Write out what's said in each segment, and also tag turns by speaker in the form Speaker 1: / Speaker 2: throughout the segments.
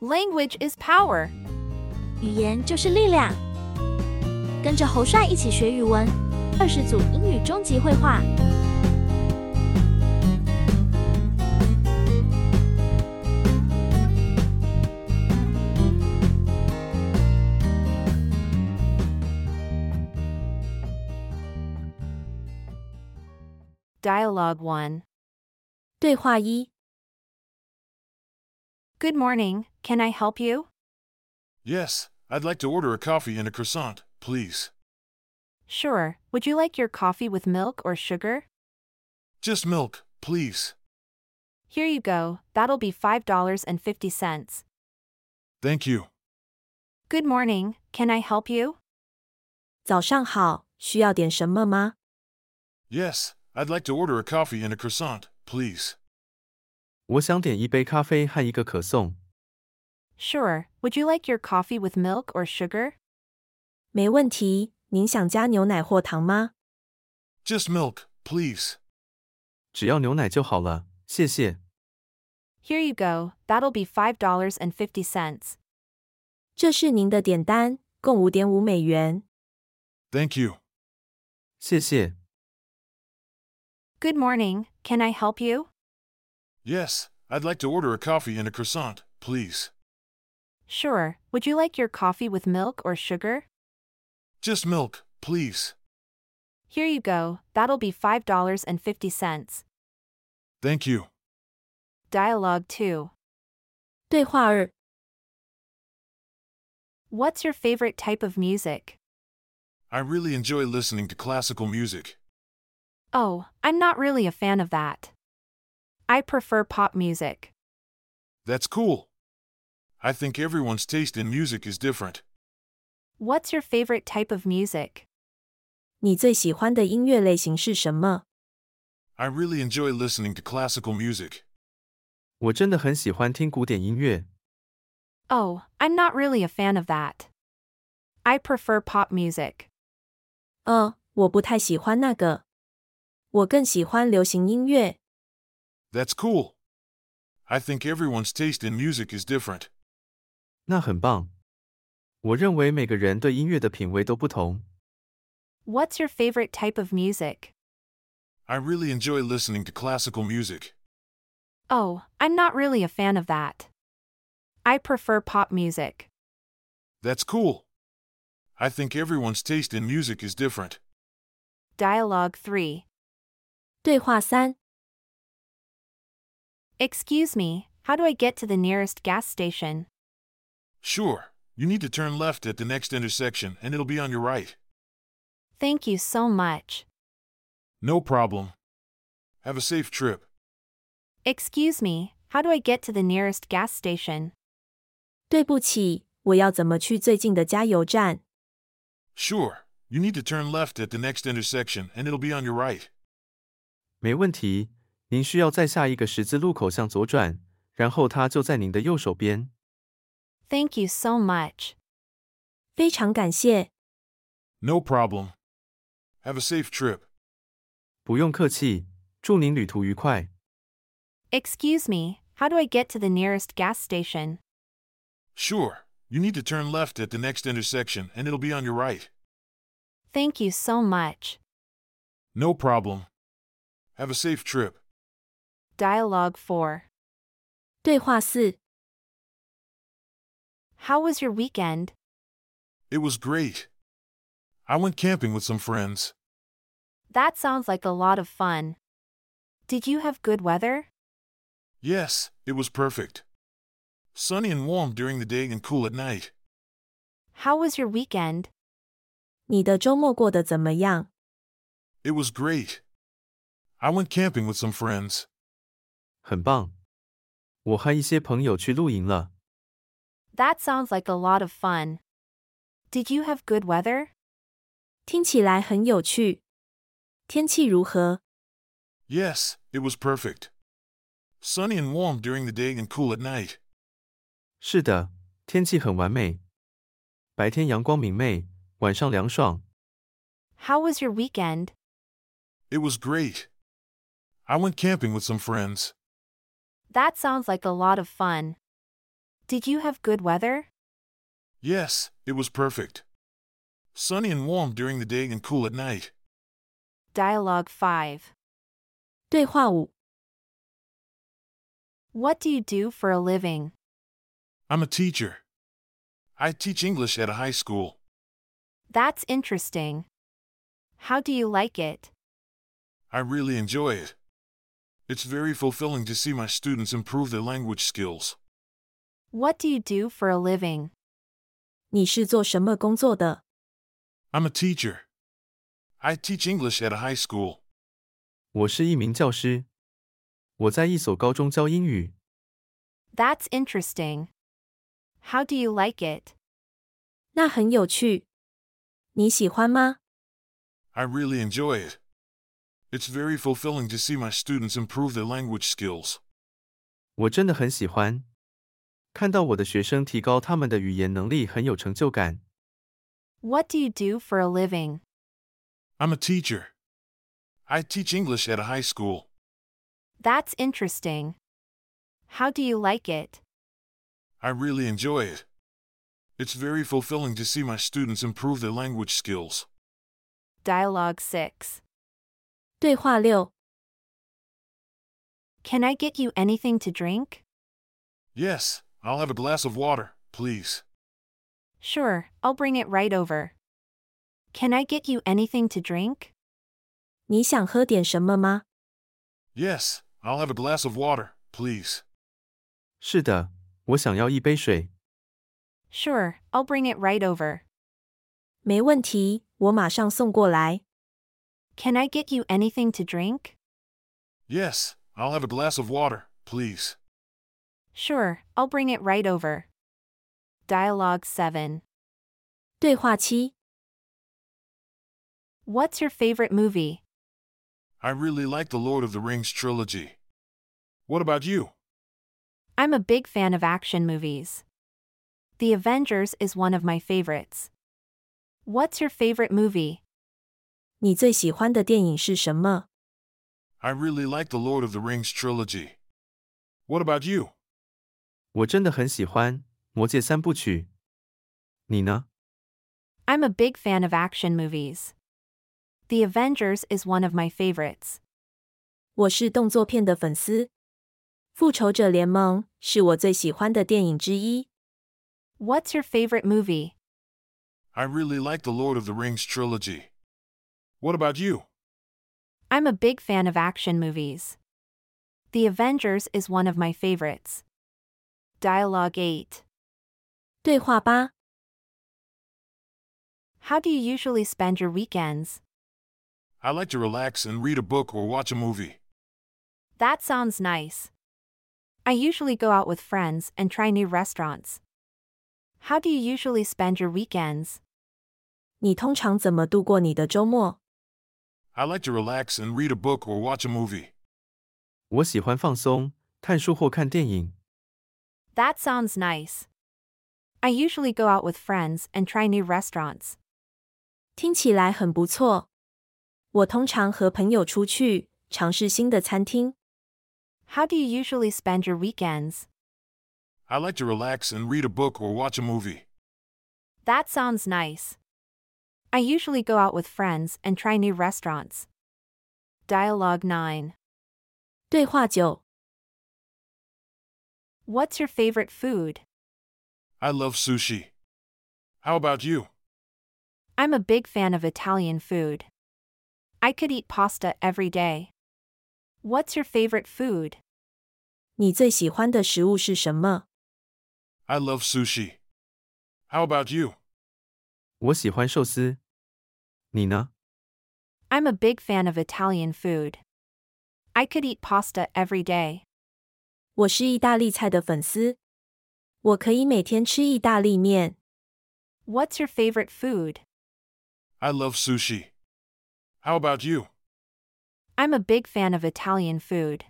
Speaker 1: Language is power.
Speaker 2: 语言就是力量。跟着侯帅一起学语文，二十组英语终极绘画。
Speaker 1: Dialogue 1.
Speaker 2: 对话一：
Speaker 1: Good morning, can I help you?
Speaker 3: Yes, I'd like to order a coffee and a croissant, please.
Speaker 1: Sure. Would you like your coffee with milk or sugar?
Speaker 3: Just milk, please.
Speaker 1: Here you go. That'll be $5.50.
Speaker 3: Thank you.
Speaker 1: Good morning, can I help you?
Speaker 2: 早上好，需要点什么吗？
Speaker 3: Yes, I'd like to order a coffee and a croissant, please.
Speaker 4: 我想点一杯咖啡和一个可颂。
Speaker 1: Sure. Would you like your coffee with milk or sugar?
Speaker 2: 没问题。您想加牛奶或糖吗？
Speaker 3: Just milk, please.
Speaker 4: 只要牛奶就好了，谢谢。
Speaker 1: Here you go. That'll be $5.50.
Speaker 2: 这是您的点单，共五点五美元。
Speaker 3: Thank you.
Speaker 4: 谢谢。
Speaker 1: Good morning, can I help you?
Speaker 3: Yes, I'd like to order a coffee and a croissant, please.
Speaker 1: Sure. Would you like your coffee with milk or sugar?
Speaker 3: Just milk, please.
Speaker 1: Here you go. That'll be $5.50.
Speaker 3: Thank you.
Speaker 1: Dialogue 2.
Speaker 2: 对话二：
Speaker 1: What's your favorite type of music?
Speaker 3: I really enjoy listening to classical music.
Speaker 1: Oh, I'm not really a fan of that. I prefer pop music.
Speaker 3: That's cool. I think everyone's taste in music is different.
Speaker 1: What's your favorite type of music?
Speaker 2: 你最喜欢的音乐类型是什么？
Speaker 3: I really enjoy listening to classical music.
Speaker 4: 我真的很喜欢听古典音乐。
Speaker 1: Oh, I'm not really a fan of that. I prefer pop music.
Speaker 2: 呃，Oh, 我不太喜欢那个。我更喜欢流行音乐。
Speaker 3: That's cool. I think everyone's taste in music is different.
Speaker 4: 那很棒。我认为每个人对音乐的品味都不同。
Speaker 1: What's your favorite type of music?
Speaker 3: I really enjoy listening to classical music.
Speaker 1: Oh, I'm not really a fan of that. I prefer pop music.
Speaker 3: That's cool. I think everyone's taste in music is different.
Speaker 1: Dialogue 3.
Speaker 2: 对话三：
Speaker 1: Excuse me, how do I get to the nearest gas station?
Speaker 3: Sure, you need to turn left at the next intersection and it'll be on your right.
Speaker 1: Thank you so much.
Speaker 3: No problem. Have a safe trip.
Speaker 1: Excuse me, how do I get to the nearest gas station?
Speaker 2: 对不起，我要怎么去最近的加油站？
Speaker 3: Sure, you need to turn left at the next intersection and it'll be on your right.
Speaker 4: 没问题。您需要在下一个十字路口向左转，然后它就在您的右手边。
Speaker 1: Thank you so much.
Speaker 2: 非常感谢，
Speaker 3: No problem. Have a safe trip.
Speaker 4: 不用客气，祝您旅途愉快。
Speaker 1: Excuse me, how do I get to the nearest gas station?
Speaker 3: Sure, you need to turn left at the next intersection and it'll be on your right.
Speaker 1: Thank you so much.
Speaker 3: No problem. Have a safe trip.
Speaker 1: Dialogue 4.
Speaker 2: 对话四：
Speaker 1: How was your weekend?
Speaker 3: It was great. I went camping with some friends.
Speaker 1: That sounds like a lot of fun. Did you have good weather?
Speaker 3: Yes, it was perfect. Sunny and warm during the day and cool at night.
Speaker 1: How was your weekend?
Speaker 2: 你的周末过得怎么样？
Speaker 3: It was great. I went camping with some friends.
Speaker 4: 很棒。我和一些朋友去露营了。
Speaker 1: That sounds like a lot of fun. Did you have good weather?
Speaker 2: 听起来很有趣。天气如何？
Speaker 3: Yes, it was perfect. Sunny and warm during the day and cool at night.
Speaker 4: 是的，天气很完美。白天阳光明媚，晚上凉爽。
Speaker 1: How was your weekend?
Speaker 3: It was great. I went camping with some friends.
Speaker 1: That sounds like a lot of fun. Did you have good weather?
Speaker 3: Yes, it was perfect. Sunny and warm during the day and cool at night.
Speaker 1: Dialogue 5.
Speaker 2: 对话五：
Speaker 1: What do you do for a living?
Speaker 3: I'm a teacher. I teach English at a high school.
Speaker 1: That's interesting. How do you like it?
Speaker 3: I really enjoy it. It's very fulfilling to see my students improve their language skills.
Speaker 1: What do you do for a living?
Speaker 2: 你是做什么工作的？
Speaker 3: I'm a teacher. I teach English at a high school.
Speaker 4: 我是一名教师，我在一所高中教英语。
Speaker 1: That's interesting. How do you like it?
Speaker 2: 那很有趣。你喜欢吗？
Speaker 3: I really enjoy it. It's very fulfilling to see my students improve their language skills.
Speaker 4: 我真的很喜欢，看到我的学生提高他们的语言能力，很有成就感。
Speaker 1: What do you do for a living?
Speaker 3: I'm a teacher. I teach English at a high school.
Speaker 1: That's interesting. How do you like it?
Speaker 3: I really enjoy it. It's very fulfilling to see my students improve their language skills.
Speaker 1: Dialogue 6.
Speaker 2: 对话六：
Speaker 1: Can I get you anything to drink?
Speaker 3: Yes, I'll have a glass of water, please.
Speaker 1: Sure, I'll bring it right over. Can I get you anything to drink?
Speaker 2: 你想喝点什么吗？
Speaker 3: Yes, I'll have a glass of water, please.
Speaker 4: 是的，我想要一杯水。
Speaker 1: Sure, I'll bring it right over.
Speaker 2: 没问题，我马上送过来。
Speaker 1: Can I get you anything to drink?
Speaker 3: Yes, I'll have a glass of water, please.
Speaker 1: Sure, I'll bring it right over. Dialogue 7.
Speaker 2: 对话七：
Speaker 1: What's your favorite movie?
Speaker 3: I really like the Lord of the Rings trilogy. What about you?
Speaker 1: I'm a big fan of action movies. The Avengers is one of my favorites. What's your favorite movie?
Speaker 2: 你最喜欢的电影是什么？
Speaker 3: I really like the Lord of the Rings trilogy. What about you?
Speaker 4: 我真的很喜欢《魔戒三部曲》。你呢？
Speaker 1: I'm a big fan of action movies. The Avengers is one of my favorites.
Speaker 2: 我是动作片的粉丝，《复仇者联盟》是我最喜欢的电影之一。
Speaker 1: What's your favorite movie?
Speaker 3: I really like the Lord of the Rings trilogy. What about you?
Speaker 1: I'm a big fan of action movies. The Avengers is one of my favorites. Dialogue 8.
Speaker 2: 对话八：
Speaker 1: How do you usually spend your weekends?
Speaker 3: I like to relax and read a book or watch a movie.
Speaker 1: That sounds nice. I usually go out with friends and try new restaurants. How do you usually spend your weekends?
Speaker 2: 你通常怎么度过你的周末？
Speaker 3: I like to relax and read a book or watch a movie.
Speaker 4: 我喜欢放松、看书或看电影。
Speaker 1: That sounds nice. I usually go out with friends and try new restaurants.
Speaker 2: 听起来很不错。我通常和朋友出去尝试新的餐厅。
Speaker 1: How do you usually spend your weekends?
Speaker 3: I like to relax and read a book or watch a movie.
Speaker 1: That sounds nice. I usually go out with friends and try new restaurants. Dialogue 9.
Speaker 2: 对话九：
Speaker 1: What's your favorite food?
Speaker 3: I love sushi. How about you?
Speaker 1: I'm a big fan of Italian food. I could eat pasta every day. What's your favorite food?
Speaker 2: 你最喜欢的食物是什么？
Speaker 3: I love sushi. How about you?
Speaker 4: 我喜欢寿司。你呢？
Speaker 1: I'm a big fan of Italian food. I could eat pasta every day.
Speaker 2: 我是意大利菜的粉丝，我可以每天吃意大利面。
Speaker 1: What's your favorite food?
Speaker 3: I love sushi. How about you?
Speaker 1: I'm a big fan of Italian food.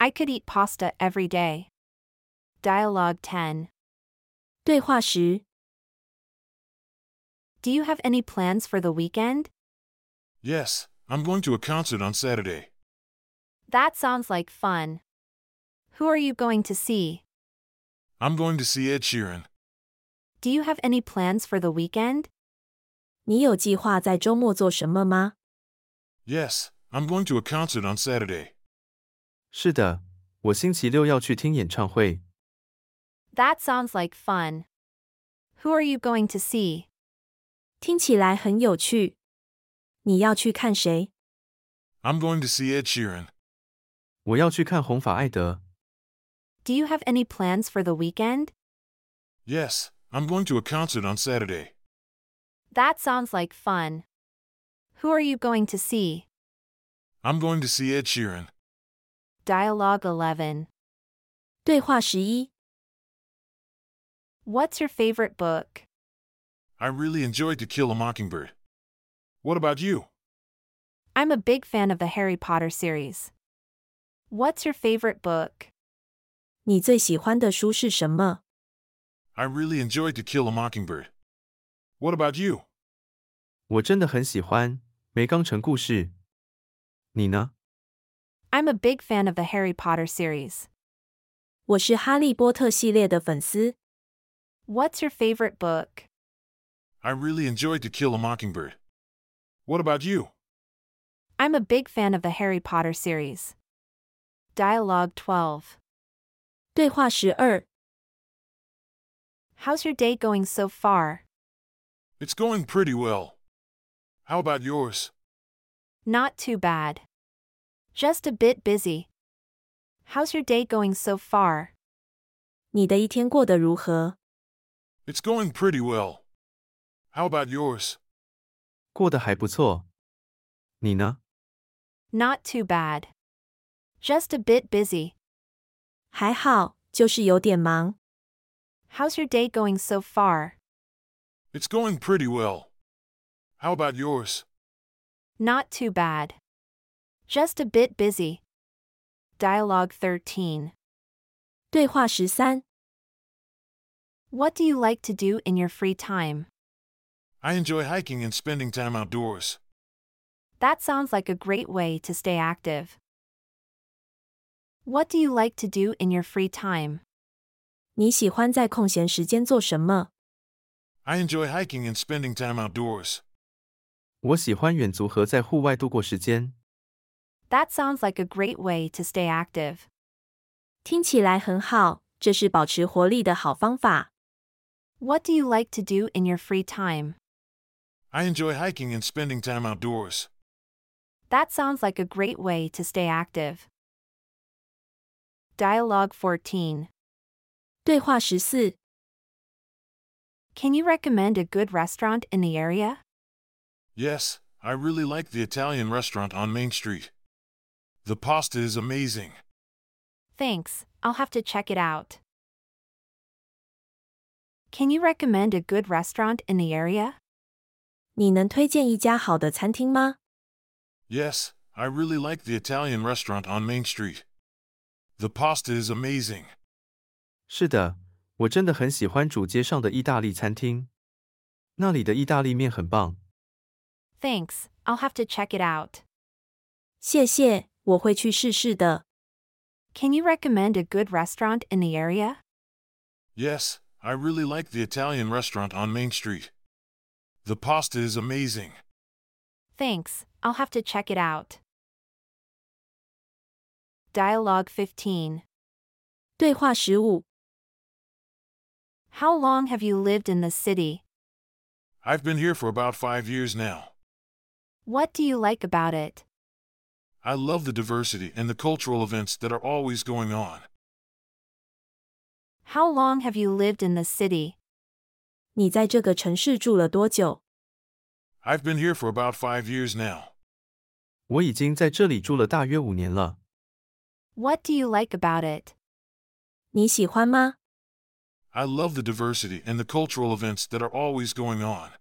Speaker 1: I could eat pasta every day. Dialogue 10.
Speaker 2: 对话十：
Speaker 1: Do you have any plans for the weekend?
Speaker 3: Yes, I'm going to a concert on Saturday.
Speaker 1: That sounds like fun. Who are you going to see?
Speaker 3: I'm going to see Ed Sheeran.
Speaker 1: Do you have any plans for the weekend?
Speaker 5: 你有计划在周末做什么吗？
Speaker 3: Yes, I'm going to a concert on Saturday.
Speaker 4: 是的，我星期六要去听演唱会。
Speaker 1: That sounds like fun. Who are you going to see?
Speaker 5: 听起来很有趣。你要去看谁？
Speaker 3: I'm going to see Ed Sheeran.
Speaker 4: 我要去看红发艾德。
Speaker 1: Do you have any plans for the weekend?
Speaker 3: Yes, I'm going to a concert on Saturday.
Speaker 1: That sounds like fun. Who are you going to see?
Speaker 3: I'm going to see Ed Sheeran.
Speaker 1: Dialogue 11.
Speaker 5: 对话十一：
Speaker 1: What's your favorite book?
Speaker 3: I really enjoyed To Kill a Mockingbird. What about you?
Speaker 1: I'm a big fan of the Harry Potter series. What's your favorite book?
Speaker 5: 你最喜欢的书是什么？
Speaker 3: I really enjoyed To Kill a Mockingbird. What about you?
Speaker 4: 我真的很喜欢《梅冈城故事》。你呢？
Speaker 1: I'm a big fan of the Harry Potter series.
Speaker 5: 我是哈利波特系列的粉丝。
Speaker 1: What's your favorite book?
Speaker 3: I really enjoyed To Kill a Mockingbird. What about you?
Speaker 1: I'm a big fan of the Harry Potter series. Dialogue 12.
Speaker 5: 对话十二：
Speaker 1: How's your day going so far?
Speaker 3: It's going pretty well. How about yours?
Speaker 1: Not too bad. Just a bit busy. How's your day going so far?
Speaker 5: 你的一天过得如何？
Speaker 3: It's going pretty well. How about yours?
Speaker 4: 过得还不错。你呢？
Speaker 1: Not too bad. Just a bit busy.
Speaker 5: 还好，就是有点忙。
Speaker 1: How's your day going so far?
Speaker 3: It's going pretty well. How about yours?
Speaker 1: Not too bad. Just a bit busy. Dialogue 13.
Speaker 5: 对话十三：
Speaker 1: What do you like to do in your free time?
Speaker 3: I enjoy hiking and spending time outdoors.
Speaker 1: That sounds like a great way to stay active. What do you like to do in your free time?
Speaker 5: 你喜欢在空闲时间做什么？
Speaker 3: I enjoy hiking and spending time outdoors.
Speaker 4: 我喜欢远足和在户外度过时间。
Speaker 1: That sounds like a great way to stay active.
Speaker 5: 听起来很好，这是保持活力的好方法。
Speaker 1: What do you like to do in your free time?
Speaker 3: I enjoy hiking and spending time outdoors.
Speaker 1: That sounds like a great way to stay active. Dialogue 14.
Speaker 5: 对话十四：
Speaker 1: Can you recommend a good restaurant in the area?
Speaker 3: Yes, I really like the Italian restaurant on Main Street. The pasta is amazing.
Speaker 1: Thanks, I'll have to check it out. Can you recommend a good restaurant in the area?
Speaker 5: 你能推荐一家好的餐厅吗？
Speaker 3: Yes, I really like the Italian restaurant on Main Street. The pasta is amazing.
Speaker 4: 是的，我真的很喜欢主街上的意大利餐厅，那里的意大利面很棒。
Speaker 1: Thanks, I'll have to check it out.
Speaker 5: 谢谢，我会去试试的。
Speaker 1: Can you recommend a good restaurant in the area?
Speaker 3: Yes, I really like the Italian restaurant on Main Street. The pasta is amazing.
Speaker 1: Thanks, I'll have to check it out. Dialogue 15.
Speaker 5: 对话十五：
Speaker 1: How long have you lived in this city?
Speaker 3: I've been here for about five years now.
Speaker 1: What do you like about it?
Speaker 3: I love the diversity and the cultural events that are always going on.
Speaker 1: How long have you lived in this city?
Speaker 5: 你在这个城市住了多久？
Speaker 3: I've been here for about five years now.
Speaker 4: 我已经在这里住了大约五年了。
Speaker 1: What do you like about it?
Speaker 5: 你喜欢吗？
Speaker 3: I love the diversity and the cultural events that are always going on.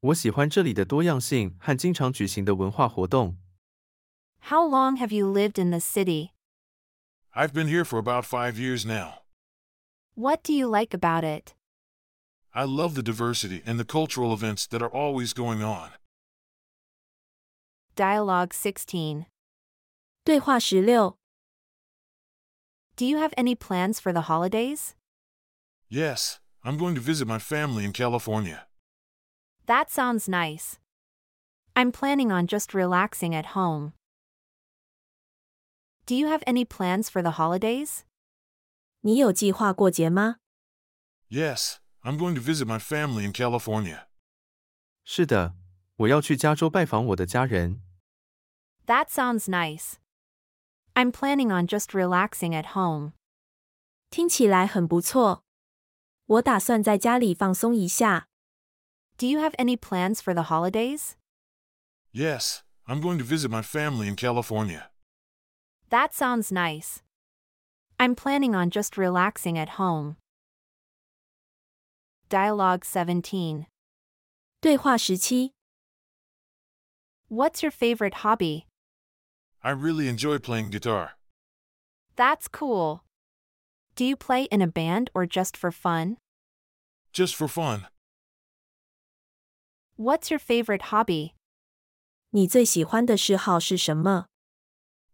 Speaker 4: 我喜欢这里的多样性和经常举行的文化活动。
Speaker 1: How long have you lived in this city?
Speaker 3: I've been here for about five years now.
Speaker 1: What do you like about it?
Speaker 3: I love the diversity and the cultural events that are always going on.
Speaker 1: Dialogue 16.
Speaker 5: 对话十六：
Speaker 1: Do you have any plans for the holidays?
Speaker 3: Yes, I'm going to visit my family in California.
Speaker 1: That sounds nice. I'm planning on just relaxing at home. Do you have any plans for the holidays?
Speaker 5: 你有计划过节吗？
Speaker 3: Yes, I'm going to visit my family in California.
Speaker 4: 是的，我要去加州拜访我的家人。
Speaker 1: That sounds nice. I'm planning on just relaxing at home.
Speaker 5: 听起来很不错。我打算在家里放松一下。
Speaker 1: Do you have any plans for the holidays?
Speaker 3: Yes, I'm going to visit my family in California.
Speaker 1: That sounds nice. I'm planning on just relaxing at home. Dialogue 17.
Speaker 5: 对话时期，
Speaker 1: What's your favorite hobby?
Speaker 3: I really enjoy playing guitar.
Speaker 1: That's cool. Do you play in a band or just for fun?
Speaker 3: Just for fun.
Speaker 1: What's your favorite hobby?
Speaker 5: 你最喜欢的嗜好是什么？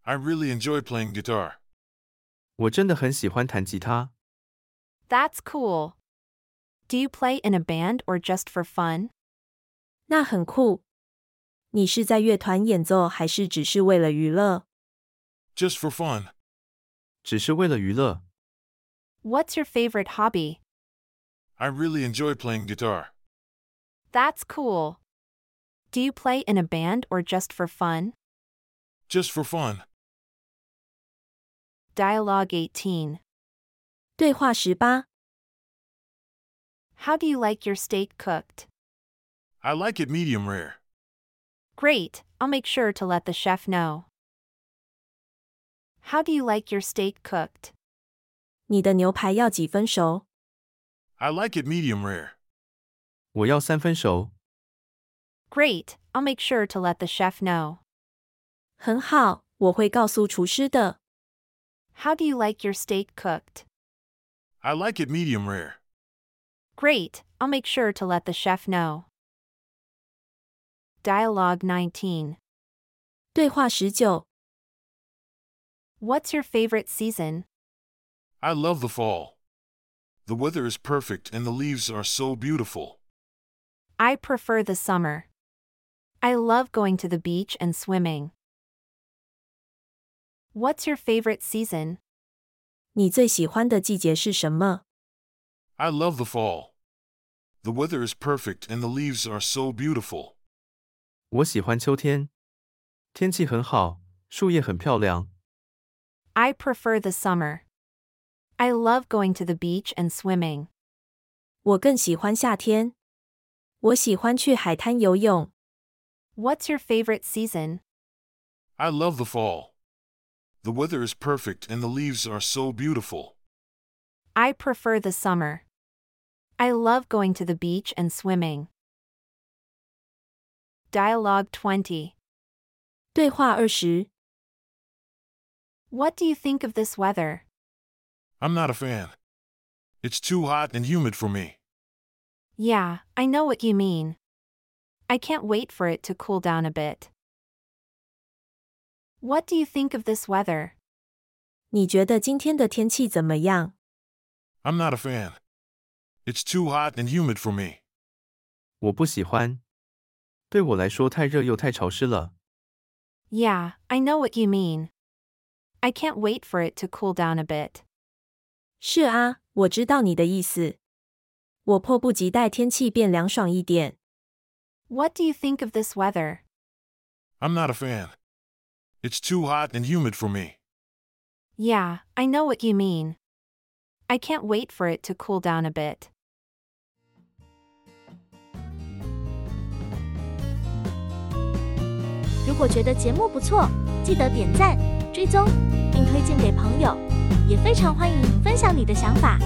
Speaker 3: I really enjoy playing guitar.
Speaker 4: 我真的很喜欢弹吉他。
Speaker 1: That's cool. Do you play in a band or just for fun?
Speaker 5: 那很酷。你是在乐团演奏，还是只是为了娱乐？
Speaker 3: Just for fun.
Speaker 4: 只是为了娱乐。
Speaker 1: What's your favorite hobby?
Speaker 3: I really enjoy playing guitar.
Speaker 1: That's cool. Do you play in a band or just for fun?
Speaker 3: Just for fun.
Speaker 1: Dialogue 18.
Speaker 5: 对话十八，
Speaker 1: How do you like your steak cooked?
Speaker 3: I like it medium rare.
Speaker 1: Great, I'll make sure to let the chef know. How do you like your steak cooked?
Speaker 5: 你的牛排要几分熟？
Speaker 3: I like it medium rare.
Speaker 4: 我要三分熟。
Speaker 1: Great, I'll make sure to let the chef know.
Speaker 5: 很好，我会告诉厨师的。
Speaker 1: How do you like your steak cooked?
Speaker 3: I like it medium rare.
Speaker 1: Great, I'll make sure to let the chef know. Dialogue 19.
Speaker 5: 对话十九，
Speaker 1: What's your favorite season?
Speaker 3: I love the fall. The weather is perfect and the leaves are so beautiful.
Speaker 1: I prefer the summer. I love going to the beach and swimming. What's your favorite season?
Speaker 5: 你最喜欢的季节是什么？
Speaker 3: I love the fall. The weather is perfect and the leaves are so beautiful.
Speaker 4: 我喜欢秋天，天气很好，树叶很漂亮。
Speaker 1: I prefer the summer. I love going to the beach and swimming.
Speaker 5: 我更喜欢夏天。我喜欢去海滩游泳。
Speaker 1: What's your favorite season?
Speaker 3: I love the fall. The weather is perfect and the leaves are so beautiful.
Speaker 1: I prefer the summer. I love going to the beach and swimming. Dialogue 20.
Speaker 5: 对话二十，
Speaker 1: What do you think of this weather?
Speaker 3: I'm not a fan. It's too hot and humid for me.
Speaker 1: Yeah, I know what you mean. I can't wait for it to cool down a bit. What do you think of this weather?
Speaker 5: 你觉得今天的天气怎么样？
Speaker 3: I'm not a fan. It's too hot and humid for me.
Speaker 4: 我不喜欢，对我来说太热又太潮湿了。
Speaker 1: Yeah, I know what you mean. I can't wait for it to cool down a bit.
Speaker 5: 是啊，我知道你的意思。我迫不及待天气变凉爽一点。
Speaker 1: What do you think of this weather?
Speaker 3: I'm not a fan. It's too hot and humid for me.
Speaker 1: Yeah, I know what you mean. I can't wait for it to cool down a bit.
Speaker 2: 如果觉得节目不错，记得点赞、追踪，并推荐给朋友。也非常欢迎分享你的想法。